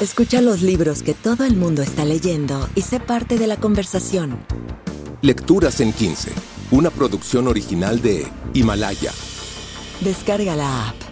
Escucha los libros que todo el mundo está leyendo y sé parte de la conversación. Lecturas en 15, una producción original de Himalaya. Descarga la app.